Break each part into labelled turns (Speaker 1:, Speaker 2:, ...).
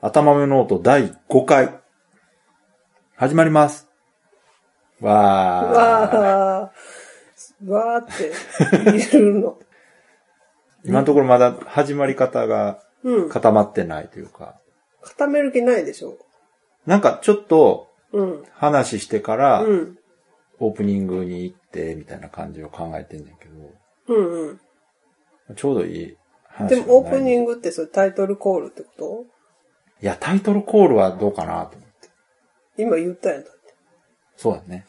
Speaker 1: 頭目ノート第5回。始まります。わー。
Speaker 2: わー、わーって言えるの。
Speaker 1: 今のところまだ始まり方が
Speaker 2: うん。
Speaker 1: 固まってないというか、
Speaker 2: 固める気ないでしょ。
Speaker 1: なんかちょっと
Speaker 2: うん。
Speaker 1: 話してから
Speaker 2: うん。
Speaker 1: オープニングに行ってみたいな感じを考えてんねんけど、
Speaker 2: うんうん。
Speaker 1: ちょうどいい話
Speaker 2: でもオープニ
Speaker 1: グ。
Speaker 2: ングってそれタイトルコールってこ
Speaker 1: いや、タイトルコールはどうかなと思って。
Speaker 2: と今言ったやんだって。
Speaker 1: そうだね。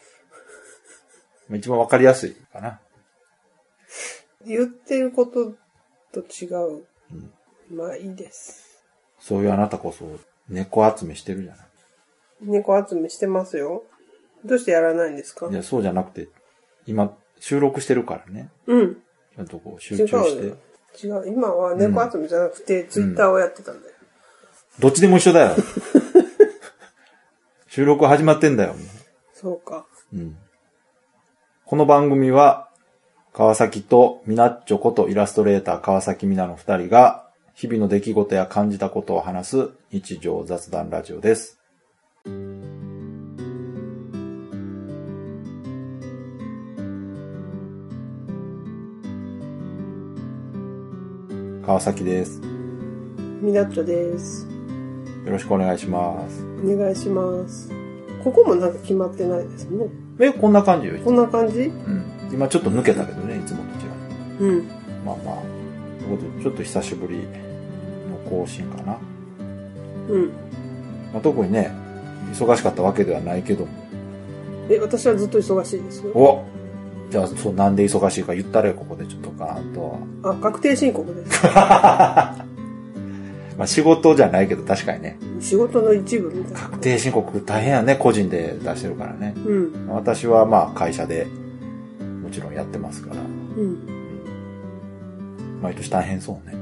Speaker 1: 一番わかりやすいかな。
Speaker 2: 言ってることと違う。まあいいです。
Speaker 1: そういうあなたこそ猫集めしてるじゃない。
Speaker 2: 猫集めしてますよ。どうしてやらないんですか
Speaker 1: いや、そうじゃなくて、今、収録してるからね。
Speaker 2: うん。
Speaker 1: ちゃんとこう集
Speaker 2: 違
Speaker 1: 中
Speaker 2: う
Speaker 1: して
Speaker 2: よ。。違う。今は猫集めじゃなくて、ツイッターをやってたんだよ。
Speaker 1: どっちでも一緒だ よ。収録始まってんだよ。も
Speaker 2: そうか。
Speaker 1: ううん、この番組は、川崎とみなっちょことイラストレーター川崎みなの二人が、日々の出来事や感じたことを話す日常雑談ラジオです。川崎です。
Speaker 2: みなっちょです。
Speaker 1: よろしくお願いします。
Speaker 2: お願いします。ここもなんか決まってないですね。
Speaker 1: え、こんな感じよ。
Speaker 2: こんな感じ
Speaker 1: うん。今ちょっと抜けたけどね、いつもと違う。
Speaker 2: うん。
Speaker 1: まあまあ。ということで、ちょっと久しぶりの更新かな。
Speaker 2: うん。
Speaker 1: まあ、特にね、忙しかったわけではないけども。
Speaker 2: え、私はずっと忙しいですよ。
Speaker 1: おじゃあ、そう、なんで忙しいか言ったらここでちょっとかなと。
Speaker 2: あ、確定申告です。
Speaker 1: まあ仕事じゃないけど確かにね。
Speaker 2: 仕事の一部みたいな。
Speaker 1: 確定申告大変やね、個人で出してるからね。
Speaker 2: うん。
Speaker 1: 私はまあ会社でもちろんやってますから。
Speaker 2: うん。
Speaker 1: 毎年大変そうね。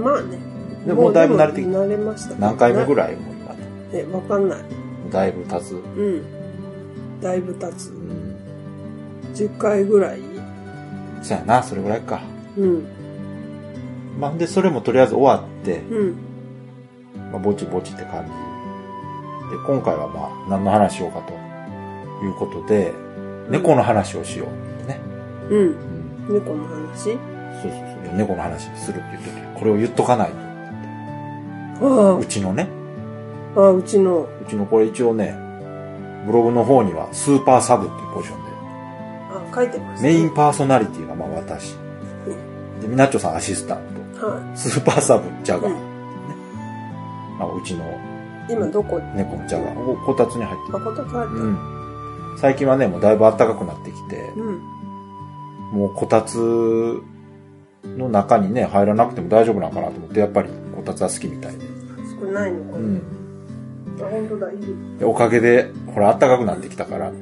Speaker 2: まあね。
Speaker 1: でもうだいぶ慣れてき
Speaker 2: き
Speaker 1: た
Speaker 2: 慣れました。
Speaker 1: 何回目ぐ
Speaker 2: ら
Speaker 1: ら
Speaker 2: い
Speaker 1: いもう今ね。
Speaker 2: え、わかんない。
Speaker 1: だいぶ経つ。
Speaker 2: うん。だいぶ経つ
Speaker 1: う。ん。
Speaker 2: 10回ぐらい
Speaker 1: そやな、それぐらいか。
Speaker 2: うん。
Speaker 1: まあ、で、それもとりあえず終わって、
Speaker 2: うん。
Speaker 1: まあ、ぼちぼちって感じ。で、今回はまあ、何の話しようかということで、猫の話をしようってね。
Speaker 2: うん。
Speaker 1: うん。
Speaker 2: 猫の話
Speaker 1: そうそうそう。いや猫の話するって言ってて、これを言っとかないと。
Speaker 2: あ
Speaker 1: うちのね、
Speaker 2: あ、ああ、うちの、
Speaker 1: うちのこれ一応ね、ブログの方にはスーパーサブっていうポジションで、
Speaker 2: あ、書いてます、
Speaker 1: メイン。パーソナリティがまあ私。で、みなっちょさんアシスタン
Speaker 2: は
Speaker 1: ト。スーパーサブ、ジャ
Speaker 2: い。
Speaker 1: ガ
Speaker 2: う
Speaker 1: ー。
Speaker 2: ん。
Speaker 1: まあ、うちの
Speaker 2: 今どこ
Speaker 1: 猫のジャガー。ここたつに入ってる
Speaker 2: あ、こたつ入
Speaker 1: う
Speaker 2: っ
Speaker 1: ん。最近はね、もうだいぶ暖かくなってきて
Speaker 2: た。、うん。
Speaker 1: もうこたつの中にね、入らなくても大丈夫なんかなと思って、やっぱりこたつは好きみたいで。
Speaker 2: 少ないのか
Speaker 1: う
Speaker 2: な。
Speaker 1: ん。
Speaker 2: あ、本当だ、いい。
Speaker 1: でおかげで、ほら、暖かくなってきたから、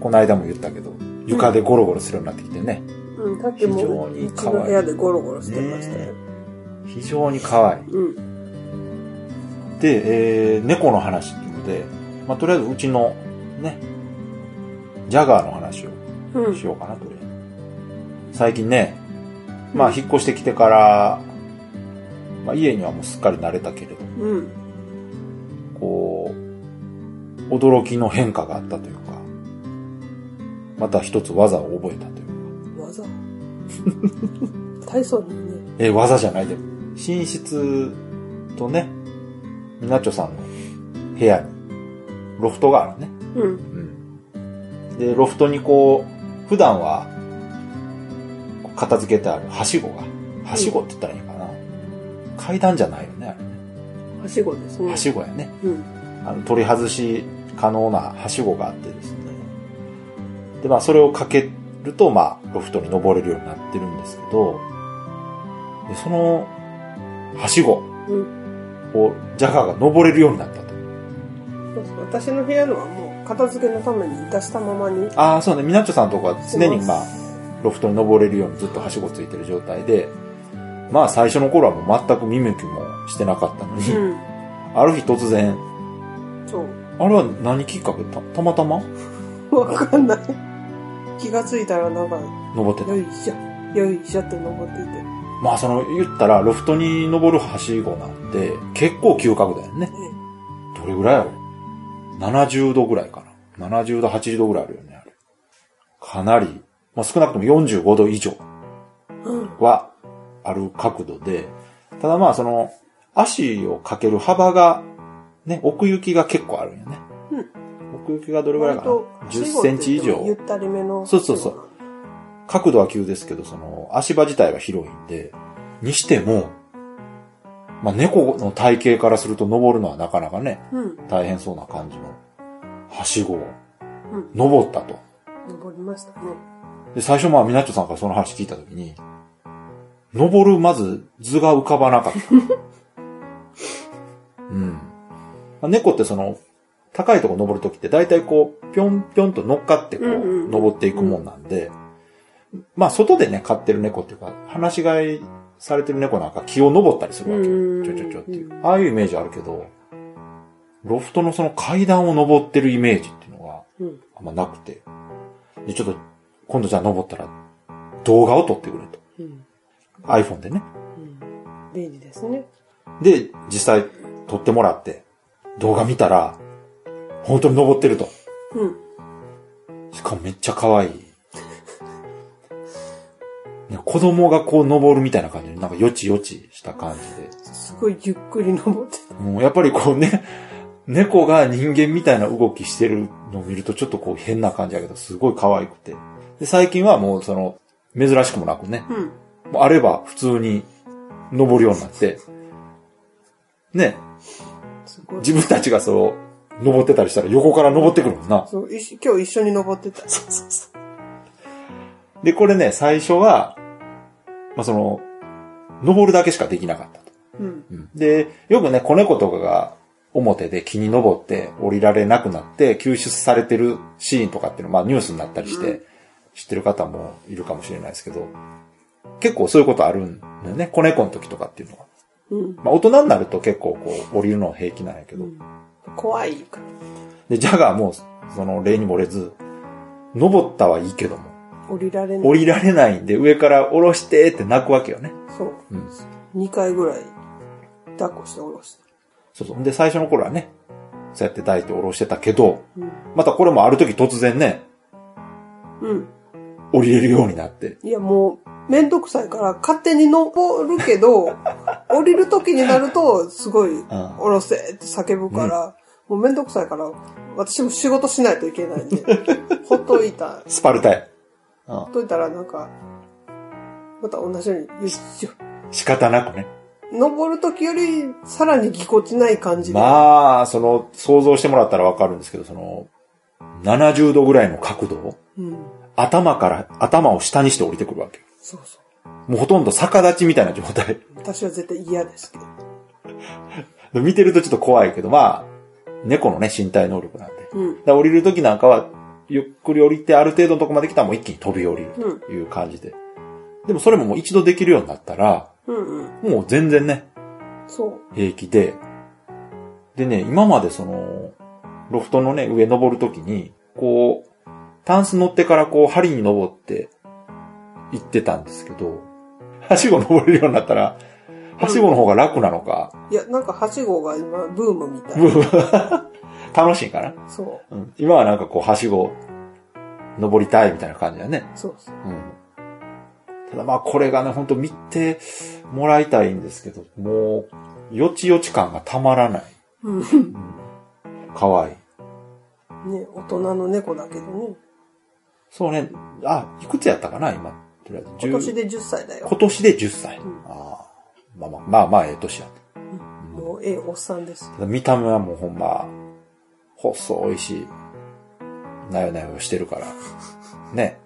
Speaker 1: この間も言ったけど、床でゴロゴロするようになってきてね。
Speaker 2: うん、さっきもうちの部屋でゴロゴロしてましたよ。
Speaker 1: 非常に可愛い。
Speaker 2: うん。
Speaker 1: で、えー、猫の話っていうので、まあ、とりあえずうちの、ね、ジャガーの話を
Speaker 2: う
Speaker 1: し
Speaker 2: ん。
Speaker 1: ようかなとね。最近ね、まあ引っ越してきてから、まあ家にはもうすっかり慣れたけれど、
Speaker 2: うん。
Speaker 1: こう、驚きの変化があったというか、また一つ技を覚えたというか、
Speaker 2: 技。体操のね。
Speaker 1: え、技じゃないでも、寝室とね、みなっちょさんの部屋に、ロフトがあるね。
Speaker 2: うん。
Speaker 1: うん。で、ロフトにこう、普段は、こう片付けてある、はしごが。はしごって言ったらいいのかな。階段じゃないよね、あれね。
Speaker 2: はしごですね。
Speaker 1: はしごやね。
Speaker 2: うん。
Speaker 1: あの、取り外し可能なはしごがあってですね。で、まあ、それをかけると、まあ、ロフトに登れるようになってるんですけど、で、その、はしご
Speaker 2: うん。
Speaker 1: を、ジャガーが登れるようになったと。
Speaker 2: そうそう私の部屋のはもう片付けのために出したままに。
Speaker 1: ああ、そうね。みなっちょさんとかは常に
Speaker 2: して
Speaker 1: ま
Speaker 2: ま
Speaker 1: あ、ロフトに登れるようにずっとはしごついてる状態で、まあ最初の頃はもう全く見向きもしてなかったのに、
Speaker 2: う
Speaker 1: ある日突然、
Speaker 2: ん。そう。
Speaker 1: あれは何きっかけたたまたま
Speaker 2: わかんない。気がついたらなんか、
Speaker 1: 登ってた。
Speaker 2: よいしょ、よいしょって登ってて。
Speaker 1: まあその言ったらロフトに登るはしごなんて結構急角だよね。どれぐらいやろ ?70 度ぐらいかな。70度、80度ぐらいあるよね、あれ。かなり、まあ少なくとも45度以上
Speaker 2: うん。
Speaker 1: はある角度で、ただまあその足をかける幅が、ね、奥行きが結構あるんよね。
Speaker 2: うん
Speaker 1: 奥行きがどれぐらいかな
Speaker 2: 割と
Speaker 1: ?10 センチ以上。
Speaker 2: ゆったりめの。
Speaker 1: そうそうそう。角度は急ですけど、その、足場自体は広いんで、にしても、まあ、猫の体型からすると登るのはなかなかね、
Speaker 2: うん。
Speaker 1: 大変そうな感じの、はしごを
Speaker 2: うん、
Speaker 1: 登ったと。
Speaker 2: 登りましたね。
Speaker 1: で、最初まあ、みなっちょさんからその話聞いたときに、登る、まず図が浮かばなかった。 うん。まあ猫ってその、高いとこ登るときって大体こう、ぴょんぴょんと乗っかってこう
Speaker 2: うんうんう、ん
Speaker 1: 登っていくもんなんで、まあ、外でね、飼ってる猫っていうか、放し飼いされてる猫なんか気を登ったりするわけ
Speaker 2: うんうんう
Speaker 1: よ。
Speaker 2: ん
Speaker 1: ちょちょちょっていう。ああいうイメージあるけど、ロフトのその階段を登ってるイメージっていうのが、
Speaker 2: うん。
Speaker 1: あんまなくて。で、ちょっと、今度じゃあ登ったら、動画を撮ってくれと。
Speaker 2: うん。
Speaker 1: iPhone でね。
Speaker 2: うん。便利ですね。
Speaker 1: で、実際、撮ってもらって、動画見たら、本当に登ってると。
Speaker 2: うん。
Speaker 1: しかもめっちゃ可愛い。ね子供がこう登るみたいな感じで、なんかよちよちした感じで。
Speaker 2: すごいゆっくり登って
Speaker 1: もうやっぱりこうね、猫が人間みたいな動きしてるのを見るとちょっとこう変な感じだけど、すごい可愛くて。で、最近はもうその、珍しくもなくね、
Speaker 2: た。うん。
Speaker 1: もうあれば普通に登るようになって、ね、
Speaker 2: すごい。
Speaker 1: 自分たちがそう、登ってたりしたら横から登ってくるもんな。
Speaker 2: そう、いし今日一緒に登ってた。
Speaker 1: で、これね、最初は、まあ、その、登るだけしかできなかったと。
Speaker 2: うん。
Speaker 1: で、よくね、子猫とかが表で木に登って降りられなくなって救出されてるシーンとかっていうのまあニュースになったりして、
Speaker 2: うん
Speaker 1: 知ってる方もいるかもしれないですけど、結構そういうことあるんだよね。子猫の時とかっていうのは。
Speaker 2: うん。
Speaker 1: まあ大人になると結構こう降りるのは平気なんやけど、
Speaker 2: 怖いから。
Speaker 1: で、ジャガーもその例に漏れず、登ったはいいけども、
Speaker 2: 降りられな
Speaker 1: 降
Speaker 2: い。
Speaker 1: りられないんで上から降ろしてって泣くわけよね。
Speaker 2: そう。
Speaker 1: うん。
Speaker 2: 二回ぐらい、抱っこして降ろし
Speaker 1: そうそう。で、最初の頃はね、そうやって抱いて降ろしてたけど、
Speaker 2: た。うん。
Speaker 1: またこれもある時突然ね、
Speaker 2: うん。
Speaker 1: 降りれるようになって。
Speaker 2: いや、もう、めんどくさいから、勝手に登るけ ど、降りる時になると、すごい、降ろせって叫ぶから、もうめんどくさいから、私も仕事しないといけないん で、ほっといた。
Speaker 1: スパルタや。
Speaker 2: ほっといたら、なんか、また同じように、よいしょ
Speaker 1: 仕方なくね。
Speaker 2: 登る時より、さらにぎこちない感じで。
Speaker 1: まあ、その、想像してもらったらわかるんですけど、その、70度ぐらいの角度を、
Speaker 2: うん。
Speaker 1: 頭から、頭を下にして降りてくるわけ。
Speaker 2: そうそう。
Speaker 1: もうほとんど逆立ちみたいな状態。
Speaker 2: 私は絶対嫌ですけど。
Speaker 1: で見てるとちょっと怖いけど、まあ、猫のね、身体能力なんで。
Speaker 2: うん。
Speaker 1: で降りる時なんかは、ゆっくり降りて、ある程度のとこまで来たらもう一気に飛び降りるという感じで。でもそれももう一度できるようになったら、
Speaker 2: うんうん。
Speaker 1: もう全然ね、
Speaker 2: そう。
Speaker 1: 平気で、でね、今までその、ロフトのね、上登るときに、こう、タンス乗ってからこう、針に登って、行ってたんですけど、はしご登れるようになったら、はしごの方が楽なのか、
Speaker 2: いや、なんか、はしごが今、ブームみたい
Speaker 1: ブー楽しいんかな、
Speaker 2: そ
Speaker 1: うん、今はなんかこう、はしご、登りたいみたいな感じだね。
Speaker 2: う。そうそう。
Speaker 1: うん。ただまあ、これがね、ほんと見てもらいたいんですけど、もう、よちよち感がたまらない。
Speaker 2: うん。
Speaker 1: かわいい。
Speaker 2: ね、大人の猫だけどね。
Speaker 1: そうね。あ、いくつやったかな、今。とりあえず。10
Speaker 2: 今年。で10歳だ
Speaker 1: 今
Speaker 2: よ。
Speaker 1: 年で10歳。
Speaker 2: ん
Speaker 1: ああ。まあまあ、まあまあ、ええ年やね。
Speaker 2: もう、ええ、おっさんです。
Speaker 1: ただ見た目はもうほんま、細いし、なよなよしてるから。ね。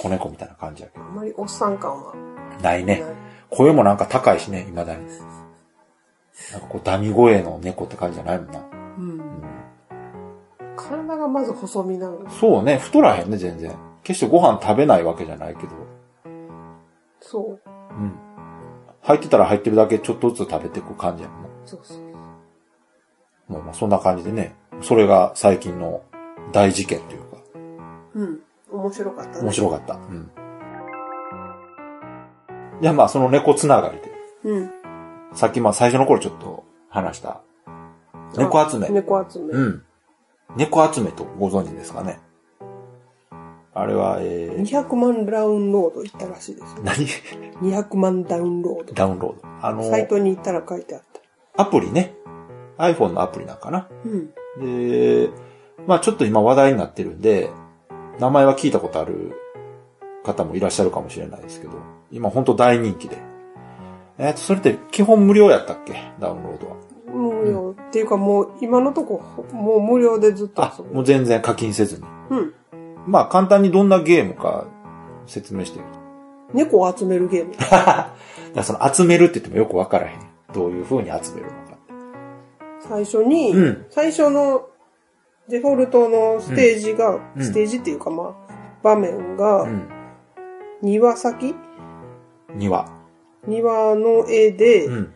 Speaker 1: 子猫みたいな感じやけ
Speaker 2: あんまりおっさん感は
Speaker 1: ど。ない
Speaker 2: ない。
Speaker 1: ね。声もなんか高いしね、未だに。なんかこう、ダミ声の猫って感じじゃないもんな。
Speaker 2: うん。体がまず細身なの。
Speaker 1: そうね、太らへんね、全然。決してご飯食べないわけじゃないけど。
Speaker 2: そう。
Speaker 1: うん。入ってたら入ってるだけちょっとずつ食べていく感じやもんな。
Speaker 2: そうそう。
Speaker 1: もうまあそんな感じでね、それが最近の大事件というか、
Speaker 2: うん。面白かったね。
Speaker 1: 面白かった。うん。じゃあまあその猫つながりで。
Speaker 2: うん。
Speaker 1: さっきまあ最初の頃ちょっと話した。猫集め。
Speaker 2: あ猫集め。
Speaker 1: うん。猫集めとご存知ですかね。あれは、えー、
Speaker 2: 200万ダウンロードいったらしいです。
Speaker 1: 何
Speaker 2: 200万ダウンロー
Speaker 1: ダウンロード。あ
Speaker 2: ド。サイ
Speaker 1: の、
Speaker 2: トに行ったら書いてあった。
Speaker 1: アプリね。iPhone のアプリなんかな。
Speaker 2: うん。
Speaker 1: で、まあちょっと今話題になってるんで、名前は聞いたことある方もいらっしゃるかもしれないですけど、今ほんと大人気で。えっ、と、それって基本無料やったっけダウンロードは。
Speaker 2: 無料。っていうかもう、今のとこ、もう無料でずっと
Speaker 1: あ
Speaker 2: 遊、ぶ。
Speaker 1: もう全然課金せずに。
Speaker 2: うん。
Speaker 1: まあ簡単にどんなゲームか説明してる。
Speaker 2: 猫を集めるゲーム。
Speaker 1: だからその集めるって言ってもよくわからへん。どういう風に集めるのかって。
Speaker 2: 最初に、
Speaker 1: うん
Speaker 2: 最初のデフォルトのステージが、
Speaker 1: うん
Speaker 2: ステージっていうかまあ、場面が、
Speaker 1: うん。
Speaker 2: 庭先
Speaker 1: 庭。
Speaker 2: 庭の絵で、
Speaker 1: うん。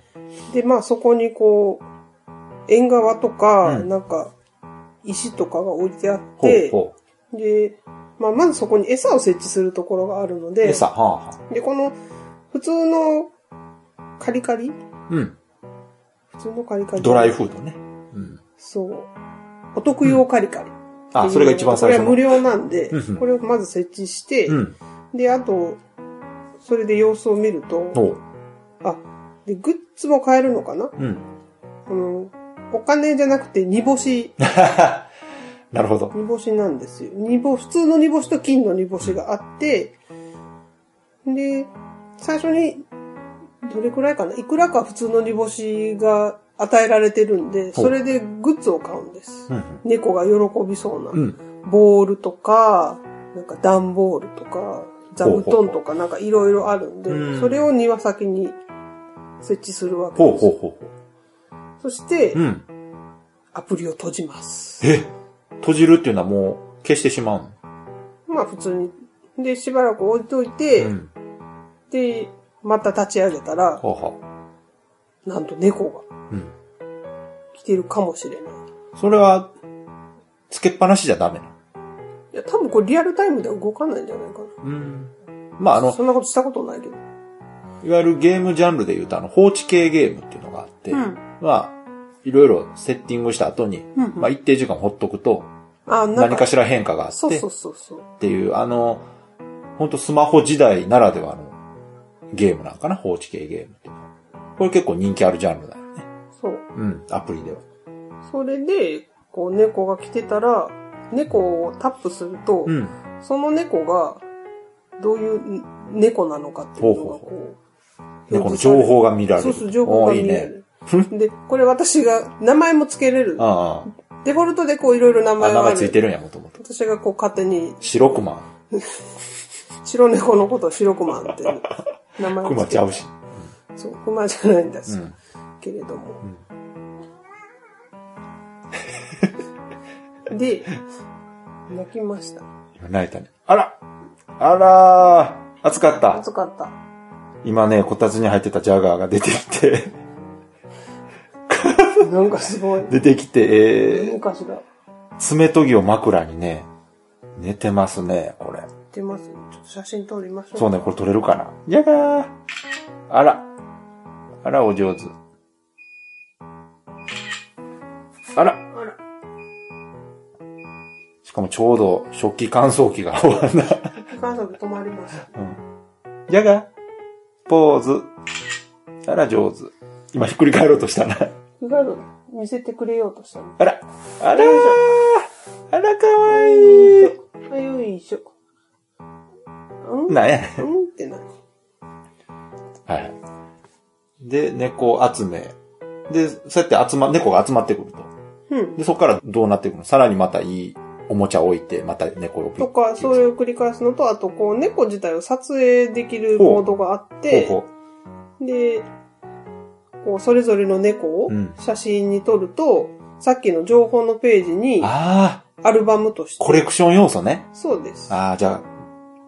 Speaker 2: で、まあそこにこう、縁側とか、
Speaker 1: うん
Speaker 2: なんか、石とかが置いてあっ
Speaker 1: ほう
Speaker 2: て、
Speaker 1: ほ
Speaker 2: で、まあまずそこに餌を設置するところがあるの
Speaker 1: う。
Speaker 2: で、
Speaker 1: 餌。はあ、は
Speaker 2: で、この、普通のカリカリ
Speaker 1: あ、うん。
Speaker 2: 普通のカリカリ。
Speaker 1: ドライフードね。うん。
Speaker 2: そう。お得用カリカリ。
Speaker 1: あ、それが一番最初の。
Speaker 2: これは無料なんで
Speaker 1: うんうん、
Speaker 2: これをまず設置して、
Speaker 1: うん。
Speaker 2: で、あと、それで様子を見ると、
Speaker 1: おう。
Speaker 2: あ、で、グッズも買えるのかな
Speaker 1: うん。
Speaker 2: あの、お金じゃなくて煮干し、
Speaker 1: なるほど。
Speaker 2: 煮干しなんですよ。煮干し、普通の煮干しと金の煮干しがあって、で、最初に、どれくらいかな、いくらか普通の煮干しが与えられてるんで、
Speaker 1: ほう
Speaker 2: それでグッズを買うんです。
Speaker 1: うん。
Speaker 2: 猫が喜びそうな。
Speaker 1: うん。
Speaker 2: ボールとか、なんか段ボールとか、座布団とかなんかいろいろあるんで
Speaker 1: うん、
Speaker 2: それを庭先に設置するわけ
Speaker 1: ほう
Speaker 2: で
Speaker 1: ほう
Speaker 2: す。
Speaker 1: ほうほ
Speaker 2: そして
Speaker 1: う。う、ん。
Speaker 2: アプリを閉じます。
Speaker 1: え閉じるっていうのはもう消してしまうの
Speaker 2: まあ普通に。で、しばらく置いといて、
Speaker 1: うん。
Speaker 2: で、また立ち上げたら、
Speaker 1: はあ、は
Speaker 2: なんと猫
Speaker 1: あ
Speaker 2: が、
Speaker 1: うん。
Speaker 2: 来てるかもしれない。
Speaker 1: それは、つけっぱなしじゃダメなの。
Speaker 2: いや、多分これリアルタイムでは動かないんじゃないか
Speaker 1: うん。まあ、あ
Speaker 2: な。
Speaker 1: の、
Speaker 2: そんなことしたことないけど。
Speaker 1: いわゆるゲームジャンルで言うと、あの、放置系ゲームっていうのがあって、
Speaker 2: うん
Speaker 1: まあ、いろいろセッティングした後に、
Speaker 2: うんうん
Speaker 1: まあ、一定時間ほっとくと、
Speaker 2: あ、なん
Speaker 1: 何
Speaker 2: か、
Speaker 1: かしら変化があって、
Speaker 2: そうそうそうそう。
Speaker 1: っていう、あの、本当スマホ時代ならではのゲームなんかな、放置系ゲームっていうのは。これ結構人気あるジャンルだよね。
Speaker 2: そう。
Speaker 1: うん、アプリでは。
Speaker 2: それで、こう猫が来てたら、猫をタップすると、
Speaker 1: うん。
Speaker 2: その猫が、どういうん猫なのかっていうのが
Speaker 1: ほう
Speaker 2: こう、
Speaker 1: で、この情報が見られ
Speaker 2: そ
Speaker 1: る。
Speaker 2: うそう、情報が見
Speaker 1: おー
Speaker 2: え
Speaker 1: いいね。
Speaker 2: る。で、これ私が、名前も付けれる。
Speaker 1: あ
Speaker 2: デフォルトでこういろいろ
Speaker 1: あ、
Speaker 2: 名
Speaker 1: あ
Speaker 2: 前
Speaker 1: 名
Speaker 2: があ
Speaker 1: 前
Speaker 2: る。
Speaker 1: ついてるんや、もともと。
Speaker 2: 私がこう勝手に、
Speaker 1: 白熊。
Speaker 2: 白猫のことを白熊っていう名前を付け
Speaker 1: 熊ちゃうし。
Speaker 2: そう、熊じゃないんで
Speaker 1: う
Speaker 2: す、
Speaker 1: ん。
Speaker 2: けれども。で、泣きました。
Speaker 1: 今泣いたね。あらあらー暑かった
Speaker 2: 暑。かった。
Speaker 1: 今ね、こたつに入ってたジャガーが出てきて、
Speaker 2: なんかすごい。
Speaker 1: 出てきて、え
Speaker 2: 何かしら。
Speaker 1: ー、爪研ぎを枕にね、寝てますね、これ。
Speaker 2: 出ます。ちょっと写真撮りましょう。
Speaker 1: そうね、これ取れるかな。ジャガーあら。あら、お上手。あら。
Speaker 2: あら、
Speaker 1: しかもちょうど食器乾燥機が終わんな。
Speaker 2: 機関車が止まりました。
Speaker 1: ジャガーポーズ。あら、上手。今ひっくり返ろうとしたな。
Speaker 2: 意外と見せてくれようとしたの。
Speaker 1: あら、あらーあら、かわいい。
Speaker 2: あ、よいしょ。うん
Speaker 1: なんやねん。
Speaker 2: うんってな。
Speaker 1: はい。で、猫集め。で、そうやって集ま、猫が集まってくると。
Speaker 2: うん。
Speaker 1: で、そこからどうなっていくのさらにまたいいおもちゃを置いて、また猫を呼ぶ
Speaker 2: とか、それを繰り返すのと、あと、こう、猫自体を撮影できるモードがあっ
Speaker 1: ほう
Speaker 2: て、
Speaker 1: ほ
Speaker 2: で、こう、それぞれの猫を
Speaker 1: うん
Speaker 2: 写真に撮ると、さっきの情報のページ
Speaker 1: う。
Speaker 2: に
Speaker 1: ああ、
Speaker 2: アルバムとして、
Speaker 1: コレクション要素ね。
Speaker 2: そうです。
Speaker 1: ああ、じゃあ、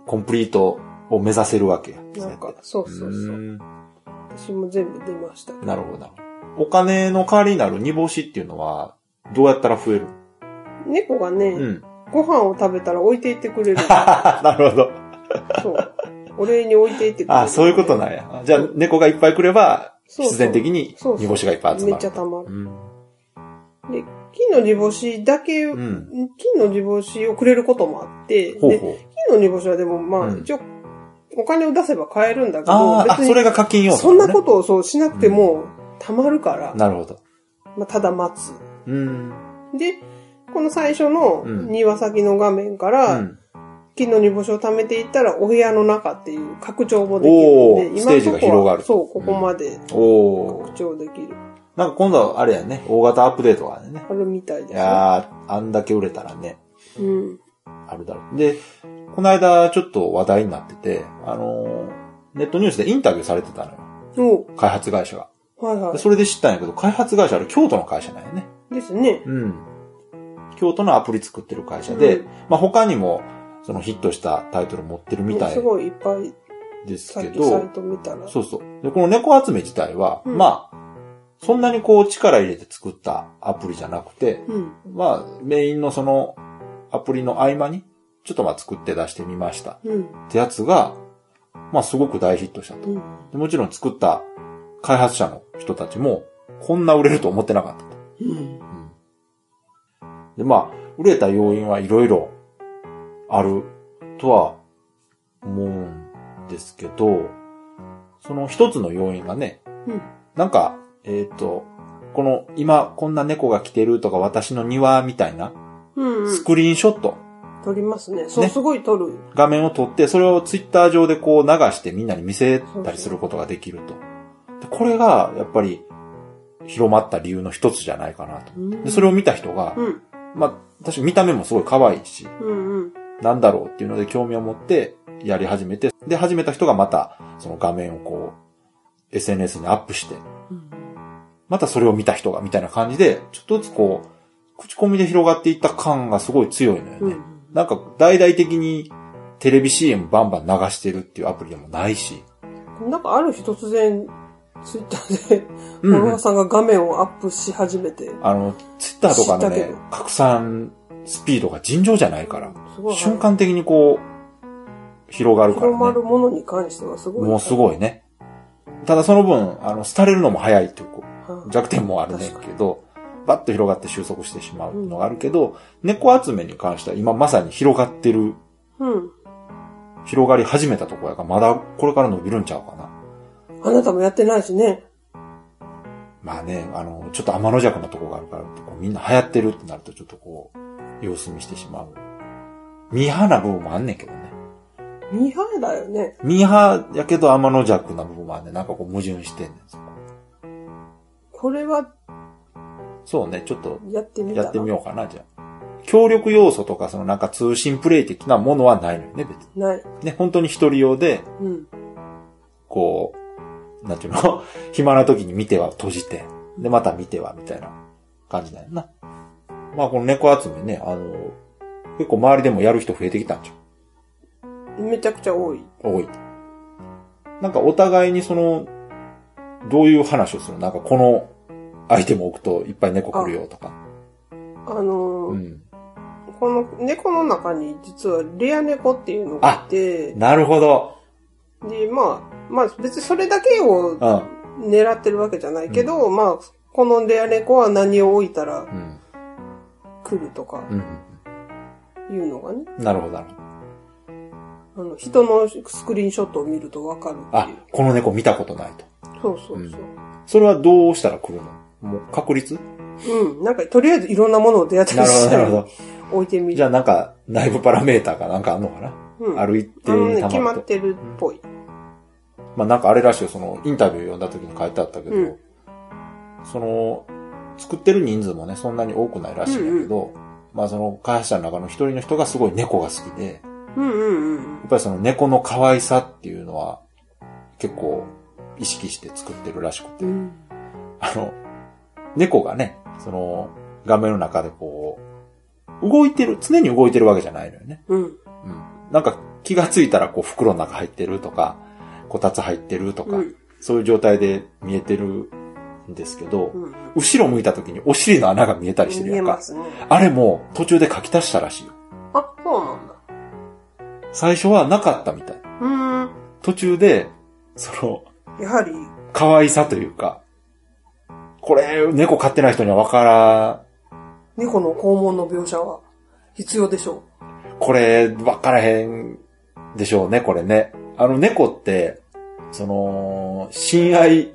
Speaker 1: コンプリートを目指せるわけや。
Speaker 2: なんか、そうそう
Speaker 1: ー
Speaker 2: そう。
Speaker 1: ん
Speaker 2: 私も全部出ました。
Speaker 1: なるほどなるほど。お金の代わりになる煮干しっていうのは、どうやったら増える
Speaker 2: 猫がね、
Speaker 1: うん。
Speaker 2: ご飯を食べたら置いていってくれる。
Speaker 1: なるほど。
Speaker 2: そう。お礼に置いていってくれる
Speaker 1: あ、そういうことなんや。じゃあ、猫がいっぱい来れば、
Speaker 2: そうそう
Speaker 1: 必然的に
Speaker 2: そうそう
Speaker 1: 煮干しがいっぱい集
Speaker 2: め
Speaker 1: ま
Speaker 2: っちゃ
Speaker 1: る。
Speaker 2: たまる。
Speaker 1: うん。
Speaker 2: で、金の煮干しだけ、
Speaker 1: ん
Speaker 2: 金の煮干しをくれることもあって、
Speaker 1: ほう
Speaker 2: で、
Speaker 1: ほう。
Speaker 2: 金の煮干しはでもまあ、
Speaker 1: うん
Speaker 2: 一応、お金を出せば買えるんだけど、
Speaker 1: あーあ、それが課金要素
Speaker 2: そんなこととをそうしなくても、たまるから、
Speaker 1: なるほど。
Speaker 2: まあ、ただ待つ。
Speaker 1: うん。
Speaker 2: で、この最初の
Speaker 1: うん
Speaker 2: 庭先の画面か
Speaker 1: う
Speaker 2: ら、
Speaker 1: ん。
Speaker 2: 金の煮干しを貯めていったら、お部屋の中っていう拡張もでき
Speaker 1: お
Speaker 2: る
Speaker 1: ー
Speaker 2: ので、
Speaker 1: ステージが広がる
Speaker 2: そう、ここまで
Speaker 1: おー
Speaker 2: 拡張できる。
Speaker 1: なんか今度はあれやね、大型アップデートがあるね。
Speaker 2: あるみたい
Speaker 1: い
Speaker 2: ですね。
Speaker 1: やー、あんだけ売れたらね、
Speaker 2: うん。
Speaker 1: あるだろう。で、この間ちょっと話題になってて、あのーネットニュースでインタビューされてたのよ。
Speaker 2: お
Speaker 1: 開発会社が。
Speaker 2: はいは
Speaker 1: でそれで知ったんやけど、開発会社あれ京都の会社なんやね。
Speaker 2: い。ですね。
Speaker 1: うん。京都のアプリ作ってる会社で、
Speaker 2: うん
Speaker 1: まあ他にも、そのヒットしたタイトル持ってるみたい
Speaker 2: すごいいっぱい、
Speaker 1: です
Speaker 2: さっ
Speaker 1: け
Speaker 2: きサイ
Speaker 1: ど、
Speaker 2: ト見たら。
Speaker 1: そうそう。で、この猫集め自体は、
Speaker 2: うん
Speaker 1: まあ、そんなにこう力入れて作ったアプリじゃなくて、
Speaker 2: うん。
Speaker 1: まあ、メインのそのアプリの合間に、ちょっとまあ作って出してみました。
Speaker 2: うん。
Speaker 1: ってやつが、まあすごく大ヒットしたと。
Speaker 2: うん。
Speaker 1: でもちろん作った開発者の人たちも、こんな売れると思ってなかったと。
Speaker 2: うん。
Speaker 1: で、まあ、売れた要因はいろいろあるとは思うんですけど、その一つの要因がね、
Speaker 2: うん
Speaker 1: なんか、えっ、と、この今こんな猫が来てるとか私の庭みたいな
Speaker 2: うんうん
Speaker 1: ス。クリーンショット、
Speaker 2: 撮りますね。そう、
Speaker 1: ね
Speaker 2: すごい撮る。
Speaker 1: 画面を撮ってそれをツイッター上でこう流してみんなに見せたりすることができると。でこれがやっぱり広まった理由の一つじゃないかなと。
Speaker 2: うん
Speaker 1: でそれを見た人が
Speaker 2: う、ん。
Speaker 1: まあ確かに見た目もすごい可愛いし、
Speaker 2: うんうん。
Speaker 1: なんだろうっていうので興味を持ってやり始めて、で、始めた人がまたその画面をこう、SNS にアップして、またそれを見た人がみたいな感じで、ちょっとずつこう、口コミで広がっていった感がすごい強いのよね。
Speaker 2: うん。
Speaker 1: なんか大々的にテレビ CM バンバン流してるっていうアプリでもないし、
Speaker 2: なんかある日突然、ツイッターで、
Speaker 1: うん
Speaker 2: フォロワーさんが画面をアップし始めて、
Speaker 1: あの、ツイッターとかの
Speaker 2: 知ったけ
Speaker 1: ね
Speaker 2: ど、
Speaker 1: 拡散スピードが尋常じゃないから、
Speaker 2: すごい
Speaker 1: 瞬間的にこう、広がるから、ね。
Speaker 2: 広まるものに関してはすごい。
Speaker 1: もうすごいね。ただその分、あの、廃れるのも早いというこう
Speaker 2: はい。
Speaker 1: 弱点もあるねん
Speaker 2: 確か
Speaker 1: けど、バッと広がって収束してしまうのがあるけど、猫集めに関しては今まさに広がってる、
Speaker 2: うん。
Speaker 1: 広がり始めたところやから、まだこれから伸びるんちゃうかな。
Speaker 2: あなたもやってないしね。
Speaker 1: まあね、あの、ちょっと天の弱なところがあるから、こうみんな流行ってるってなるとちょっとこう、様子見してしまう。ミーハーな部分もあんねんけどね。
Speaker 2: ミーハーだよね。
Speaker 1: ミーハーやけど天の弱な部分もあんねん。なんかこう矛盾してんねん、そこ
Speaker 2: これは
Speaker 1: そうね、ちょっと
Speaker 2: やってみた
Speaker 1: や
Speaker 2: ら。
Speaker 1: ってみようかな、じゃあ。協力要素とか、そのなんか通信プレイ的なものはないのよね、別に。
Speaker 2: ない。
Speaker 1: ね、本当に一人用で、
Speaker 2: うん。
Speaker 1: こう、なんていうの 暇な時に見ては閉じて、で、また見ては、みたいな感じだよな。まあ、この猫集めね、あの、結構周りでもやる人増えてきたんじゃ
Speaker 2: めちゃくちゃ多い。
Speaker 1: ん。多い。なんかお互いにその、どういう話をするなんかこのアイテムを置くといっぱい猫来るよとか。
Speaker 2: あのー
Speaker 1: うん。
Speaker 2: この猫の中に実はレア猫っていうのがいて、
Speaker 1: なるほど。
Speaker 2: で、まあ、まあ別にそれだけを
Speaker 1: うん。
Speaker 2: 狙ってるわけじゃないけど、まあ、このレア猫は何を置いたら
Speaker 1: うん。
Speaker 2: 来るとか
Speaker 1: うんうん。
Speaker 2: いうのがね、
Speaker 1: なるほど、なるほど。
Speaker 2: あの人のスクリーンショットを見るとわかるっ
Speaker 1: あ
Speaker 2: ていう。、
Speaker 1: この猫見たことないと。
Speaker 2: そうそうそう。
Speaker 1: それはどうしたら来るのもう確率
Speaker 2: うん、なんかとりあえずいろんなものを出会った
Speaker 1: な
Speaker 2: り
Speaker 1: るほど、
Speaker 2: し
Speaker 1: な
Speaker 2: た
Speaker 1: る
Speaker 2: り
Speaker 1: ほど。
Speaker 2: 置いてみ る。
Speaker 1: じゃあなんか内部パラメーターかなんかあんのかな、
Speaker 2: うん、
Speaker 1: 歩いて
Speaker 2: あのね、決
Speaker 1: たま
Speaker 2: ま
Speaker 1: る
Speaker 2: っ
Speaker 1: と。
Speaker 2: てるっぽい。
Speaker 1: まあなんかあれらしいよ、そのインタビュー読んだ時に書いてあったけど、
Speaker 2: うん
Speaker 1: その、作ってる人数もね、そんなに多くないらしいんだけど、まあその開発者の中の一人の人がすごい猫が好きで、
Speaker 2: うんうん
Speaker 1: やっぱりその猫の可愛さっていうのは結構意識して作ってるらしくて
Speaker 2: うん。う、ん。
Speaker 1: あの、猫がね、その、画面の中でこう、動いてる、常に動いてるわけじゃないのよね。
Speaker 2: うん。
Speaker 1: うん。なんか気がついたらこう袋の中入ってるとか、こたつ入ってるとか、
Speaker 2: うん
Speaker 1: そういう状態で見えてるんですけど、
Speaker 2: うん。
Speaker 1: 後ろ向いた時にお尻の穴が見えたりしてる
Speaker 2: 見
Speaker 1: や
Speaker 2: え
Speaker 1: ん
Speaker 2: ま
Speaker 1: か。
Speaker 2: すね。
Speaker 1: あれも途中で書き足したらしいよ。
Speaker 2: あ、そうなんだ。
Speaker 1: 最初はなかったみたい。
Speaker 2: うーん。
Speaker 1: 途中で、その、
Speaker 2: やはり、
Speaker 1: 可愛さというか、これ、猫飼ってない人にはわから
Speaker 2: 猫の肛門の描写は必要でしょ
Speaker 1: ん、これ、わからへんでしょうね、これね。あの、猫って、その、親愛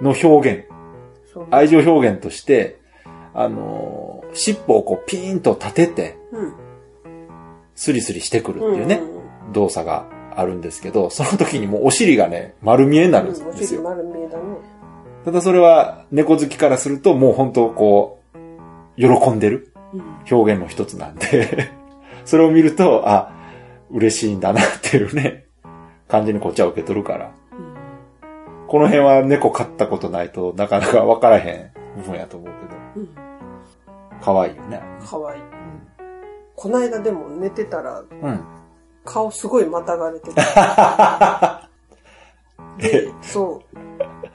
Speaker 1: の表現、
Speaker 2: う。そう
Speaker 1: 愛情表現として、あのー、尻尾をこうピーンと立てて、
Speaker 2: うん。
Speaker 1: スリスリしてくるって
Speaker 2: うん
Speaker 1: いううんね、動作があるんですけど、その時にもうお尻がね、丸見えになるん
Speaker 2: うん。お
Speaker 1: です
Speaker 2: 尻
Speaker 1: よ。
Speaker 2: 丸見えだね。
Speaker 1: ただそれは猫好きからするともう本当こう、喜んでる
Speaker 2: うん。
Speaker 1: 表現の一つなんで、 それを見ると、あ、嬉しいんだなっていうね、感じにこっちは受け取るから。この辺は猫飼ったことないとなかなかわからへん部分やと思うけど、
Speaker 2: うん。
Speaker 1: 可愛いよね。
Speaker 2: かわいい。こないだでも寝てたら、
Speaker 1: うん。
Speaker 2: 顔すごいまたがれて た。でそう。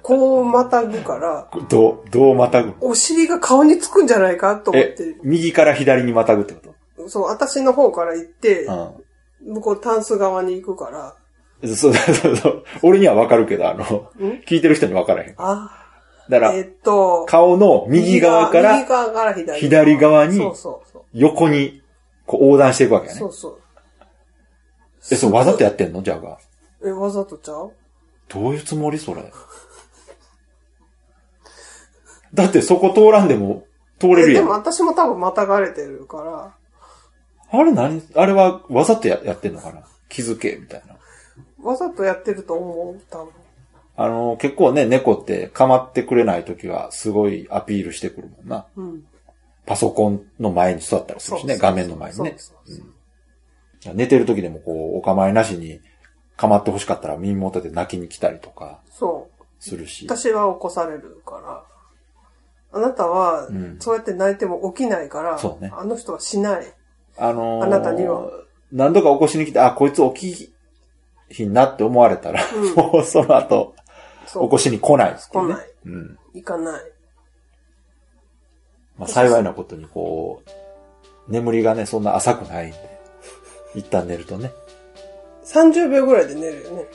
Speaker 2: こうまたぐから、
Speaker 1: どう、どうまたぐ
Speaker 2: お尻が顔につくんじゃないかと思っ
Speaker 1: え
Speaker 2: て、、
Speaker 1: 右から左にまたぐってこ
Speaker 2: そう、私の方から行って、
Speaker 1: と
Speaker 2: 向こうタンス側に行くから、
Speaker 1: うん。そうそうそう。俺にはわかるけど、あの、
Speaker 2: ん
Speaker 1: 聞いてる人にわからへん。
Speaker 2: あ、
Speaker 1: だか
Speaker 2: え
Speaker 1: ら、
Speaker 2: っと、
Speaker 1: 顔の右側か
Speaker 2: 右
Speaker 1: ら
Speaker 2: 側から左
Speaker 1: 左側に
Speaker 2: そうそうそ
Speaker 1: 横にこう横断していくわけ
Speaker 2: う。
Speaker 1: やね
Speaker 2: そ。うそう。
Speaker 1: え、そう、わざとやってんのじゃが。
Speaker 2: え、わざとちゃう
Speaker 1: どういうつもりそれ。だってそこ通らんでも通れる
Speaker 2: えで
Speaker 1: や
Speaker 2: も
Speaker 1: ん。
Speaker 2: 私も多分またがれてるから、
Speaker 1: あれ何あれはわざとややってんのかな気づけ、みたいな。
Speaker 2: わざとやってると思う、多分。
Speaker 1: あの、結構ね、猫って構ってくれないときはすごいアピールしてくるもんな。
Speaker 2: うん。
Speaker 1: パソコンの前に座ったりす
Speaker 2: そ
Speaker 1: る
Speaker 2: う
Speaker 1: しね、
Speaker 2: そう
Speaker 1: 画面の前にね。
Speaker 2: そうそうそう
Speaker 1: 寝てる時でもこう、お構いなしに構って欲しかったら耳元で泣きに来たりとか
Speaker 2: そう。
Speaker 1: するし。
Speaker 2: 私は起こされるから。あなたは
Speaker 1: ん、
Speaker 2: そうやって泣いても起きないから、
Speaker 1: そうね
Speaker 2: あの人はしない。
Speaker 1: あのー
Speaker 2: あなたには
Speaker 1: 何度か起こしに来て、あ、こいつ起きひんなって思われたら、
Speaker 2: う ん
Speaker 1: もうその後、
Speaker 2: そう
Speaker 1: 起こしに来ないっていうね
Speaker 2: 来ない
Speaker 1: うん。
Speaker 2: 行かない。
Speaker 1: まあ、幸いなことにこう、眠りがね、そんな浅くないんで、一旦寝るとね。
Speaker 2: 30秒ぐらいで寝るよね。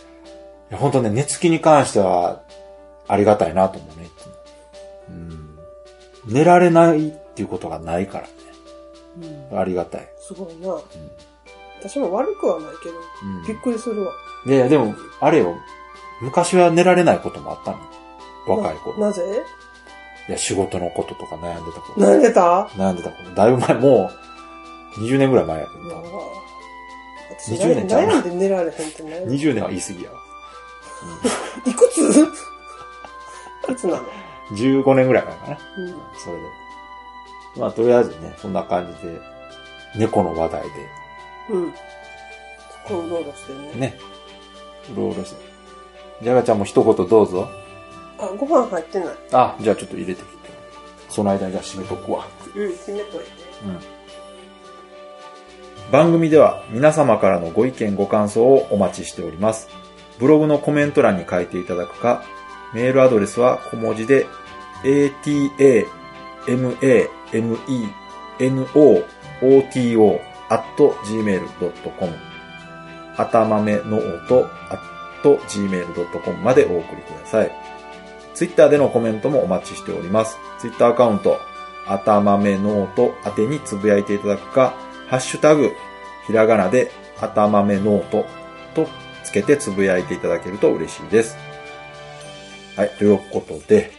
Speaker 1: いや本当ね、寝つきに関しては、ありがたいなと思うね、いつもうん。寝られないっていうことがないからね。ありがたい。
Speaker 2: すごいな。私も悪くはないけど、
Speaker 1: うん
Speaker 2: びっくりするわ。
Speaker 1: いやいや、でも、あれよ、昔は寝られないこともあったの。若い子。
Speaker 2: ななぜ
Speaker 1: いや、仕事のこととか悩んでたこと。
Speaker 2: 何でた
Speaker 1: 悩んでたこと。だいぶ前、もう、20年ぐらい前やけど
Speaker 2: なんか
Speaker 1: 多
Speaker 2: 私
Speaker 1: 20年ちゃう
Speaker 2: 悩んで寝られへんって
Speaker 1: 分、
Speaker 2: ね。
Speaker 1: 20年は言い過ぎやわ。
Speaker 2: いくついくつなの
Speaker 1: 15年ぐらい前かな。
Speaker 2: うん。
Speaker 1: それで。まあ、とりあえずね、そんな感じで、猫の話題で。
Speaker 2: うん。こうロードしてね。
Speaker 1: ね。うろうろして。じゃがちゃんも一言どうぞ。
Speaker 2: あ、ご飯入ってない。
Speaker 1: あ、じゃあちょっと入れてきて。その間にじゃあ締めとくわ。
Speaker 2: うん、決めといて。
Speaker 1: 番組では皆様からのご意見ご感想をお待ちしております。ブログのコメント欄に書いていただくか、メールアドレスは小文字で atamamenooto gmail.com 頭めの音 gmail.com までお送りください。ツイッターでのコメントもお待ちしております。ツイッターアカウント、頭めの音宛てにつぶやいていただくか、ハッシュタグ、ひらがなで、頭めノートとつけてつぶやいていただけると嬉しいです。はい、ということで、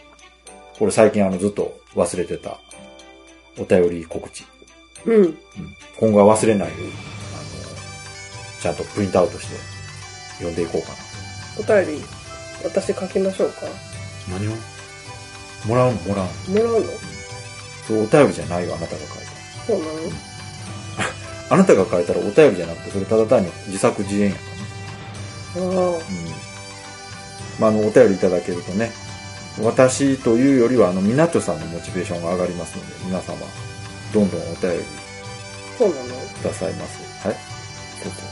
Speaker 1: これ最近あのずっと忘れてたお便り告知。
Speaker 2: うん。
Speaker 1: うん今後は忘れないように、あの、ちゃんとプリントアウトして読んでいこうか
Speaker 2: お便り、私書きましょうか。
Speaker 1: な。何をもらうのもらうの
Speaker 2: もらうの
Speaker 1: そう、お便りじゃないよ、あなたが書い
Speaker 2: そうなの
Speaker 1: た。あなたが書いたらお便りじゃなくて、それただ単に自作自演やからね。
Speaker 2: あ
Speaker 1: まあ、あのお便りいただけるとね私というよりはあのみなちょさんのモチベーションが上がりますので皆様どんどんお便り
Speaker 2: あ、そうなの
Speaker 1: くださいますはいちょっと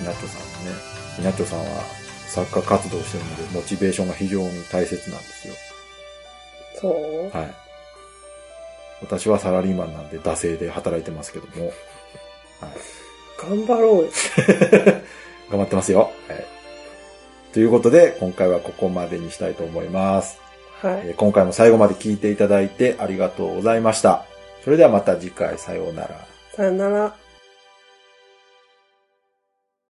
Speaker 1: みなちょさんねみなちょさんは作家活動してるのでモチベーションが非常に大切なんですよ
Speaker 2: そう
Speaker 1: はい私はサラリーマンなんで惰性で働いてますけども、はい、
Speaker 2: 頑張ろうよ。
Speaker 1: 頑張ってますよ。はい。ということで、今回はここまでにしたいと思います。
Speaker 2: はい。
Speaker 1: えー今回も最後まで聞いていただいてありがとうございました。それではまた次回、さようなら。
Speaker 2: さよなら。